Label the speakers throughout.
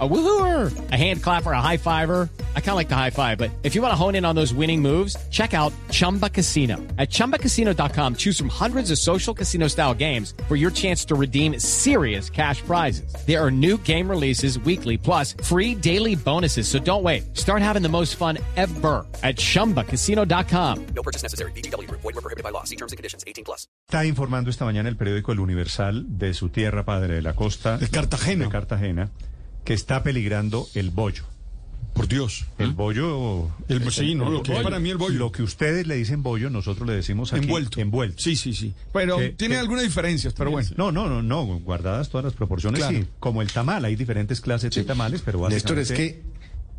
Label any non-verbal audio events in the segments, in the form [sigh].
Speaker 1: A woohooer, a hand clapper, a high fiver. I kind of like the high five, but if you want to hone in on those winning moves, check out Chumba Casino. At chumbacasino.com, choose from hundreds of social casino style games for your chance to redeem serious cash prizes. There are new game releases weekly, plus free daily bonuses. So don't wait. Start having the most fun ever at chumbacasino.com.
Speaker 2: No purchase necessary. BGW. Void were prohibited by law. See terms and conditions. 18 plus.
Speaker 3: Está informando esta mañana el periódico El Universal de su tierra, padre de la costa.
Speaker 4: De Cartagena.
Speaker 3: de Cartagena, que está peligrando el bollo.
Speaker 4: Por Dios.
Speaker 3: El bollo.
Speaker 4: ¿Mm? El- sí, no, lo que es para mí el bollo.
Speaker 3: Lo que ustedes le dicen bollo, nosotros le decimos aquí.
Speaker 4: envuelto.
Speaker 3: Envuelto.
Speaker 4: Sí, sí, sí. Pero
Speaker 3: Que-
Speaker 4: tiene
Speaker 3: que-
Speaker 4: algunas diferencias, pero bueno.
Speaker 3: No, no, no, no, guardadas todas las proporciones,
Speaker 4: Claro.
Speaker 3: sí. Como el tamal, hay diferentes clases de tamales, pero
Speaker 5: Néstor,
Speaker 3: básicamente...
Speaker 5: es que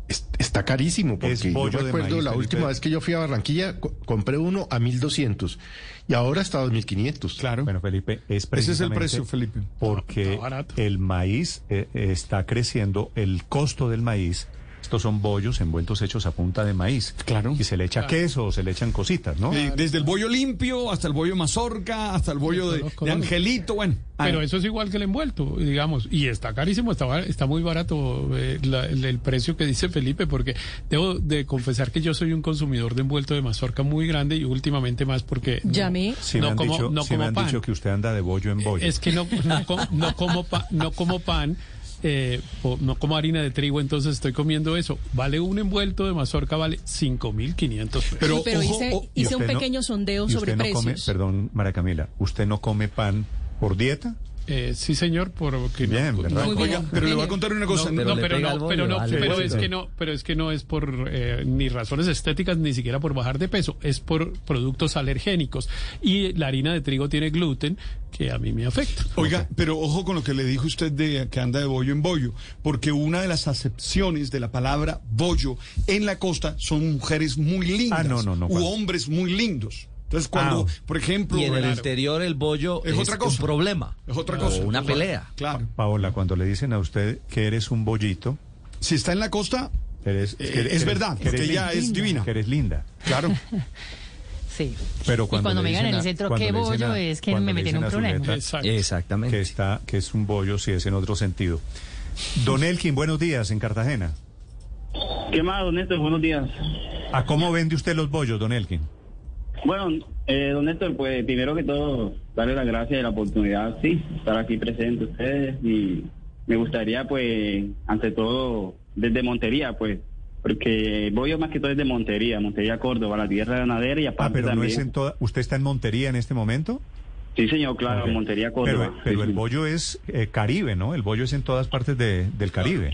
Speaker 5: es- está carísimo, porque
Speaker 3: Es
Speaker 5: yo
Speaker 3: bollo de
Speaker 5: recuerdo
Speaker 3: maíz,
Speaker 5: la
Speaker 3: Felipe.
Speaker 5: última vez que yo fui a Barranquilla, co- compré uno a 1.200 y ahora está a 2.500.
Speaker 4: Claro.
Speaker 3: Bueno, Felipe, es
Speaker 4: Ese es el
Speaker 3: precisamente
Speaker 4: precio, Felipe.
Speaker 3: Porque
Speaker 4: Ah, Está barato.
Speaker 3: el maíz eh, está creciendo, el costo del maíz. Estos son bollos envueltos hechos a punta de maíz.
Speaker 4: Claro.
Speaker 3: Y se le echa queso o se le echan cositas, ¿no?
Speaker 4: Eh, desde el bollo limpio hasta el bollo mazorca, hasta el bollo de,
Speaker 6: conozco
Speaker 4: de
Speaker 6: varios.
Speaker 4: angelito, bueno. Ah,
Speaker 7: Ah,
Speaker 6: Pero eso es igual que el envuelto, digamos, y está carísimo, está, bar- está muy barato eh, la- el, el precio que dice Felipe, porque debo de confesar que yo soy un consumidor de envuelto de mazorca muy grande y últimamente más porque no-
Speaker 7: Ya me-
Speaker 3: Sí
Speaker 6: no
Speaker 3: me han,
Speaker 6: como,
Speaker 3: dicho,
Speaker 6: no
Speaker 3: sí me
Speaker 6: como
Speaker 3: han
Speaker 6: pan.
Speaker 3: dicho que usted anda de bollo
Speaker 4: Eh,
Speaker 3: en bollo.
Speaker 6: Es que no, no, co- no como, pa- no como pan, eh, po- no como harina de trigo, entonces estoy comiendo eso. Vale un envuelto de mazorca, vale 5.500 pesos.
Speaker 4: Pero,
Speaker 7: Sí, pero
Speaker 4: ojo,
Speaker 7: hice-
Speaker 4: o-
Speaker 3: ¿Y
Speaker 7: hice un
Speaker 3: usted
Speaker 7: pequeño sondeo
Speaker 3: y usted
Speaker 7: sobre
Speaker 3: no come-
Speaker 7: precios.
Speaker 3: perdón, Mara Camila, ¿usted no come pan por dieta?
Speaker 6: Eh, sí, señor, porque
Speaker 3: Bien,
Speaker 6: no,
Speaker 3: ¿verdad?
Speaker 6: no-
Speaker 7: Muy bien.
Speaker 4: oiga, pero le voy a contar una cosa.
Speaker 6: No,
Speaker 4: No,
Speaker 6: no,
Speaker 4: le-
Speaker 6: pero,
Speaker 8: pega al
Speaker 6: no,
Speaker 8: bollo,
Speaker 6: pero no,
Speaker 8: al
Speaker 6: pero
Speaker 8: bollo.
Speaker 6: es que no, pero es que no es por eh, ni razones estéticas ni siquiera por bajar de peso, es por productos alergénicos y la harina de trigo tiene gluten que a mí me afecta.
Speaker 4: Oiga, pero ojo con lo que le dijo usted de que anda de bollo en bollo, porque una de las acepciones de la palabra bollo en la costa son mujeres muy lindas
Speaker 3: Ah, no, no, no,
Speaker 4: u
Speaker 3: ¿cuál?
Speaker 4: hombres muy lindos. Entonces, cuando,
Speaker 3: Ah.
Speaker 4: por ejemplo,
Speaker 8: Y en el
Speaker 4: claro,
Speaker 8: interior el bollo
Speaker 4: Es
Speaker 8: es,
Speaker 4: otra cosa.
Speaker 8: un problema.
Speaker 4: es otra
Speaker 8: O
Speaker 4: cosa.
Speaker 8: una
Speaker 4: Claro,
Speaker 8: pelea.
Speaker 4: Claro.
Speaker 3: Paola, cuando le dicen a usted que eres un bollito,
Speaker 4: Si está en la costa,
Speaker 3: eres,
Speaker 4: Eh,
Speaker 3: que-
Speaker 4: es
Speaker 3: que eres-
Speaker 4: verdad,
Speaker 3: que eres
Speaker 4: que
Speaker 3: linda,
Speaker 4: ella es divina.
Speaker 3: Que eres linda.
Speaker 4: claro.
Speaker 9: Sí.
Speaker 3: Pero cuando
Speaker 9: y cuando
Speaker 3: le
Speaker 9: me
Speaker 3: dicen
Speaker 9: ganan
Speaker 3: a-
Speaker 9: el centro,
Speaker 3: cuando
Speaker 9: qué
Speaker 3: le dicen
Speaker 9: bollo
Speaker 3: a-
Speaker 9: es que
Speaker 3: cuando
Speaker 9: me
Speaker 3: le
Speaker 9: meten en un
Speaker 3: dicen a su
Speaker 9: problema.
Speaker 3: neta
Speaker 6: Exacto.
Speaker 3: Que
Speaker 8: Exactamente.
Speaker 3: está, que es un bollo si es en otro sentido. Don Elkin, buenos días en Cartagena.
Speaker 10: ¿Qué más, don Néstor? Buenos días.
Speaker 3: ¿A cómo vende usted los bollos, Don Elkin?
Speaker 10: Bueno, eh, don Néstor, pues primero que todo, darle las gracias y la oportunidad, sí, estar aquí presente ustedes y me gustaría, pues, ante todo, desde Montería, pues, porque voy yo más que todo desde Montería, Montería, Córdoba, la tierra ganadera y
Speaker 3: Ah,
Speaker 10: aparte
Speaker 3: pero no
Speaker 10: también.
Speaker 3: es en toda. ¿Usted está en Montería en este momento?
Speaker 10: Sí, señor, claro,
Speaker 3: Ok.
Speaker 10: Montería, Córdoba.
Speaker 3: Pero, pero
Speaker 10: Sí,
Speaker 3: el
Speaker 10: sí.
Speaker 3: bollo es eh, Caribe, ¿no? El bollo es en todas partes de- del Caribe.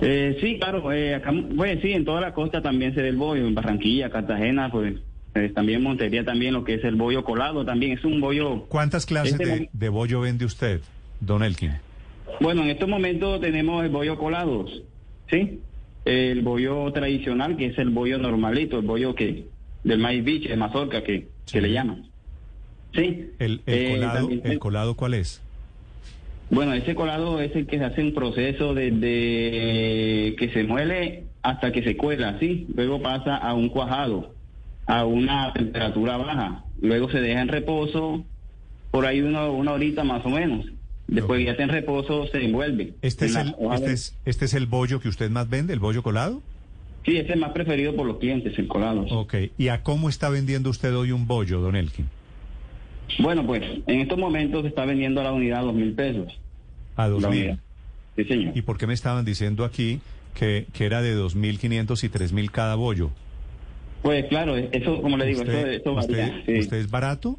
Speaker 10: Eh, sí, claro, eh, acá, pues sí, en toda la costa también se ve el bollo, en Barranquilla, Cartagena, pues eh, también Montería, también lo que es el bollo colado, también es un bollo...
Speaker 3: ¿Cuántas clases
Speaker 10: Este
Speaker 3: de,
Speaker 10: mom-
Speaker 3: de bollo vende usted, Don Elkin?
Speaker 10: Bueno, en estos momentos tenemos el bollo colados, ¿sí? El bollo tradicional, que es el bollo normalito, el bollo que del maíz biche, de mazorca, que, que le llaman. ¿Sí?
Speaker 3: ¿El, el
Speaker 10: Eh,
Speaker 3: colado,
Speaker 10: también-
Speaker 3: el colado cuál es?
Speaker 10: bueno, ese colado es el que se hace un proceso desde que se muele hasta que se cuela, ¿sí? Luego pasa a un cuajado, a una temperatura baja. Luego se deja en reposo por ahí una, una horita más o menos. Después
Speaker 3: Ok.
Speaker 10: ya está en reposo, se envuelve.
Speaker 3: Este
Speaker 10: en
Speaker 3: es
Speaker 10: las
Speaker 3: el,
Speaker 10: hojas
Speaker 3: este
Speaker 10: de-
Speaker 3: es, este es el bollo que usted más vende, el bollo colado.
Speaker 10: Sí, ese es más preferido por los clientes, el colado.
Speaker 3: Ok. ¿Y a cómo está vendiendo usted hoy un bollo, Don Elkin?
Speaker 10: Bueno, pues en estos momentos se está vendiendo la unidad a dos mil pesos.
Speaker 3: A dos
Speaker 10: La unidad.
Speaker 3: mil.
Speaker 10: Sí, señor.
Speaker 3: ¿Y por qué me estaban diciendo aquí que, que era de 2.500 y 3.000 cada bollo?
Speaker 10: Pues claro, eso, como le digo, eso,
Speaker 3: ¿Usted,
Speaker 10: eso varía.
Speaker 3: usted-
Speaker 10: sí.
Speaker 3: usted es barato?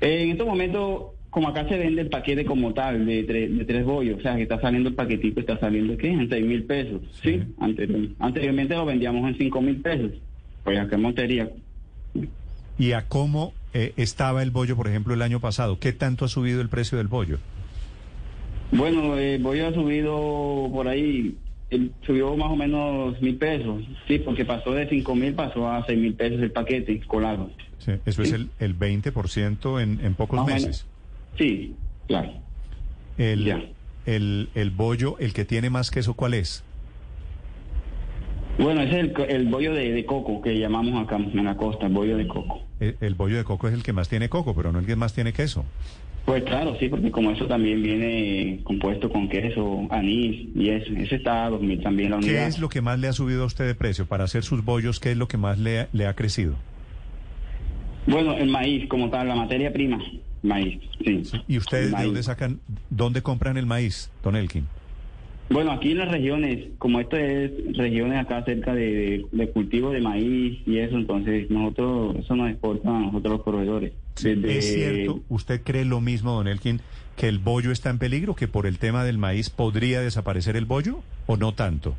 Speaker 10: Eh, en estos momentos, como acá se vende el paquete como tal, de, tre- de tres bollos, o sea, que está saliendo el paquetico, está saliendo, ¿qué? En seis mil pesos, ¿sí?
Speaker 3: Sí.
Speaker 10: Anteri- anteriormente lo vendíamos en cinco mil pesos. Pues acá en Montería.
Speaker 3: ¿Y a cómo eh, estaba el bollo, por ejemplo, el año pasado? ¿Qué tanto ha subido el precio del bollo?
Speaker 10: Bueno, eh, el bollo ha subido por ahí, eh, subió más o menos mil pesos, sí, porque pasó de cinco mil, pasó a seis mil pesos el paquete colado.
Speaker 3: Sí, eso es el, el 20% en, en pocos
Speaker 10: Más o menos.
Speaker 3: meses.
Speaker 10: Sí, claro.
Speaker 3: El,
Speaker 10: Ya.
Speaker 3: el, el bollo, el que tiene más queso, ¿cuál es?
Speaker 10: Bueno, ese es el, co- el bollo de, de coco que llamamos acá en la costa, el bollo de coco.
Speaker 3: El, E, el bollo de coco es el que más tiene coco, pero no el que más tiene queso.
Speaker 10: Pues claro, sí, porque como eso también viene compuesto con queso, anís y eso. Ese está a 2000 también la unidad.
Speaker 3: ¿Qué es lo que más le ha subido a usted de precio para hacer sus bollos? ¿Qué es lo que más le, ha- le ha crecido?
Speaker 10: Bueno, el maíz como tal, la materia prima, maíz, sí.
Speaker 3: ¿Y ustedes de
Speaker 10: Maíz.
Speaker 3: dónde sacan, dónde compran el maíz, Don Elkin?
Speaker 10: Bueno, aquí en las regiones, como esto es regiones acá cerca de, de cultivo de maíz y eso, entonces nosotros, eso nos exporta a nosotros los proveedores. Desde-
Speaker 3: ¿Es cierto? ¿Usted cree lo mismo, Don Elkin, que el bollo está en peligro, que por el tema del maíz podría desaparecer el bollo o no tanto?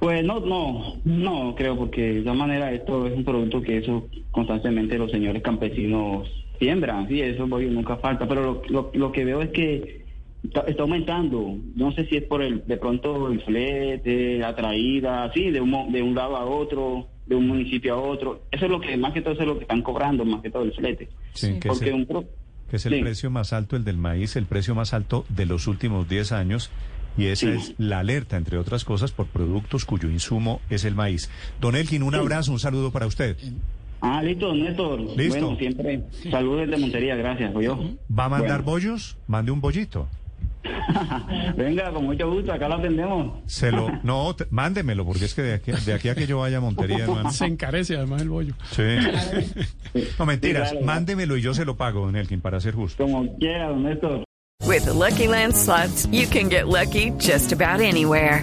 Speaker 10: Pues no, no, no creo, porque de todas maneras esto es un producto que eso constantemente los señores campesinos siembran, sí, eso voy, nunca falta, pero lo, lo, lo que veo es que está, está aumentando, no sé si es por el, de pronto el flete, la traída, sí, de un, mo- de un lado a otro, de un municipio a otro, eso es lo que, más que todo, eso es lo que están cobrando, más que todo el flete.
Speaker 3: Sí, que es
Speaker 10: Porque
Speaker 3: el-
Speaker 10: un pro-
Speaker 3: que es el
Speaker 10: Sí.
Speaker 3: precio más alto, el del maíz, el precio más alto de los últimos 10 años. Y esa
Speaker 10: Sí.
Speaker 3: es la alerta, entre otras cosas, por productos cuyo insumo es el maíz. Don Elkin, un abrazo, un saludo para usted.
Speaker 10: Ah, listo, Néstor.
Speaker 3: Listo.
Speaker 10: Bueno, siempre saludos desde Montería, gracias, yo.
Speaker 3: ¿Va a mandar bollos? Mande un bollito.
Speaker 10: Venga, con mucho gusto, acá lo atendemos.
Speaker 3: Se lo, no, te- mándemelo, porque es que de aquí, de aquí a que yo vaya a Montería,
Speaker 10: [laughs]
Speaker 3: hermano.
Speaker 6: Se encarece además el bollo.
Speaker 3: Sí. No, mentiras,
Speaker 10: Sí, claro.
Speaker 3: mándemelo y yo se lo pago, don Elkin, para ser justo.
Speaker 10: Como quiera, don Néstor.
Speaker 7: With the Lucky Land slots, you can get lucky just about anywhere.